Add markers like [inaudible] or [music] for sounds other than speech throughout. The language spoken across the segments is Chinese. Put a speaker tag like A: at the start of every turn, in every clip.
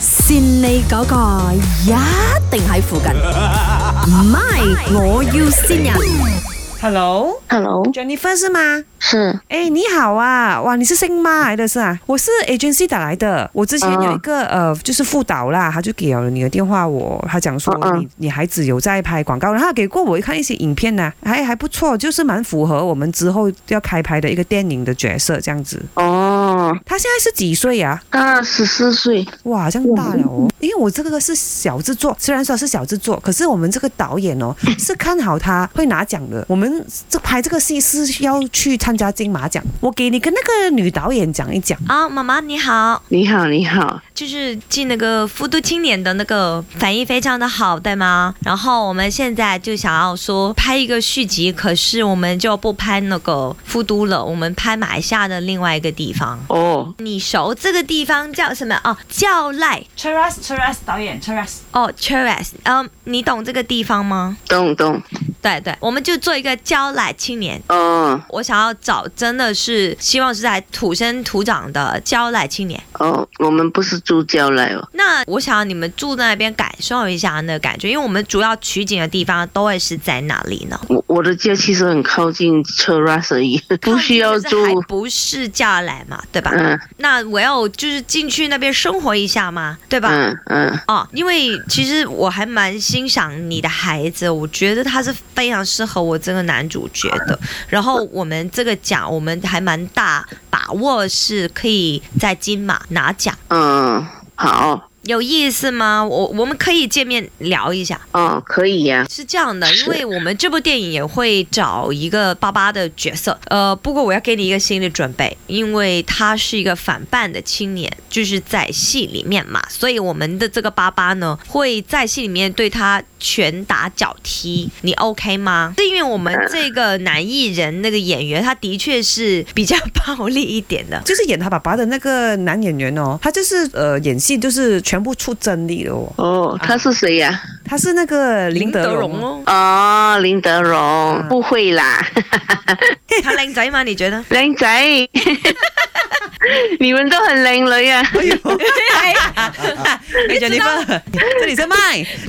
A: 善你嗰個一定喺附近，唔係我要線人，
B: Hello。
C: Hello，
B: Jennifer 是吗？
C: 是
B: 哎、你好啊！哇，你是星妈来的是啊？我是 agency 打来的。我之前
C: 嗯
B: 有一个、呃，就是副导啦，他就给了你的电话我，他讲说
C: 嗯嗯
B: 你、你孩子有在拍广告，然后他给过我看一些影片呢、还还不错，就是蛮符合我们之后要开拍的一个电影的角色这样子。
C: 哦，
B: 他现在是几岁啊？
C: 他十四岁，
B: 哇，这样大了哦！因为我这个是小制作，虽然说是小制作，可是我们这个导演哦是看好他会拿奖的。我们这拍这个戏是要去参加金马奖，我给你跟那个女导演讲一讲。
D: 啊，妈妈你好，
C: 你好，你好，
D: 就是进那个复读青年的那个反应非常的好，对吗？然后我们现在就想要说拍一个续集，可是我们就不拍那个复都了，我们拍马来西亚的另外一个地方。
C: 哦，
D: 你熟这个地方叫什么？哦，叫赖
B: Cheras Cheras 导演 Cheras，
D: 哦 c h e r a s 嗯，你懂这个地方吗？
C: 懂懂，
D: 对对，我们就做一个交赖青年。
C: 哦
D: 我想要找真的是希望是在土生土长的交赖青年。
C: 哦，我们不是住郊来哦，
D: 那我想要你们住在那边感受一下那个感觉，因为我们主要取景的地方都会是在哪里呢？
C: 我我的家其实很靠近车拉而已， [laughs] 不需要
D: 靠近就是
C: 住
D: 还，不是嫁来嘛，对吧？
C: 嗯
D: 那我要就是进去那边生活一下嘛，对吧？
C: 嗯嗯，
D: 哦，因为其实我还蛮欣赏你的孩子，我觉得他是非常适合我这个男主角的。然后我们这个奖，我们还蛮大把握是可以在金马拿奖，
C: 嗯，好，
D: 有意思吗？我我们可以见面聊一下。
C: 哦，可以呀、
D: 是这样的，因
C: 是
D: 为我们这部电影也会找一个爸爸的角色，呃，不过我要给你一个心理准备，因为他是一个反叛的青年，就是在戏里面嘛，所以我们的这个爸爸呢，会在戏里面对他拳打脚踢，你
B: [laughs]
D: OK 吗？是因为我们这个男艺人那个演员，他的确是比较 [laughs] 暴力一点的，
B: 就是演他爸爸的那个男演员哦，他就是呃演戏就是全部出真力的哦。
C: 哦，他是谁呀、
B: 他是那个林德荣哦，
D: 哦，
C: 哦，林德荣，不会啦， [laughs]
D: 他靓仔吗？你觉得？
C: 靓仔， [laughs] 你们都很靓女啊，
B: 哎呦， [laughs] 哎
D: 你
B: 你 Jennifer，这里是麦，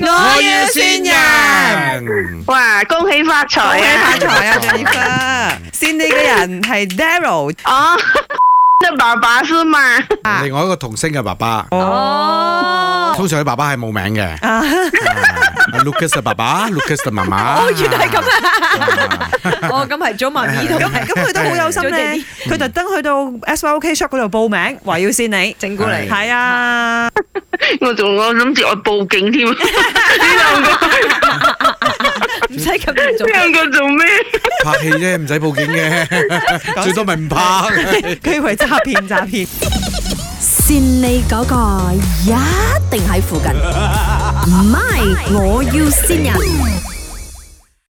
B: 我
E: 我要先人，
C: 哇，恭喜发
B: 恭
C: 财
B: 喜
C: 啊
B: 發！財啊，Jennifer！先你嘅人係 Daryl
C: 哦， [laughs] 那爸爸是吗？
B: 啊
E: 另外一個童星嘅爸爸，
D: 哦，
E: 通常佢爸爸係冇名 [laughs] 嘅。
B: 哦啊，
E: 啊 Lucas 嘅爸爸，Lucas 嘅媽媽。 [laughs] 哦，原來係咁啊！
D: 哦，咁係做媽咪
B: [laughs]
D: 同
B: 咁
D: 埋
B: 咁佢都好有心咧，佢特登去到 SYOK shop 嗰度報名，話要先你。
D: 整過嚟。
B: 係 [laughs] 啊，
C: 我仲我谂住我报警
D: [laughs]
C: 添，呢两个
D: 唔使咁嚴重
C: 呢。两个做咩？
E: 拍戲啫，唔使報警 [laughs] 嘅，最多咪唔拍。
B: 佢以為詐騙詐騙。
A: 善你嗰個一定喺附近，唔係我要線人。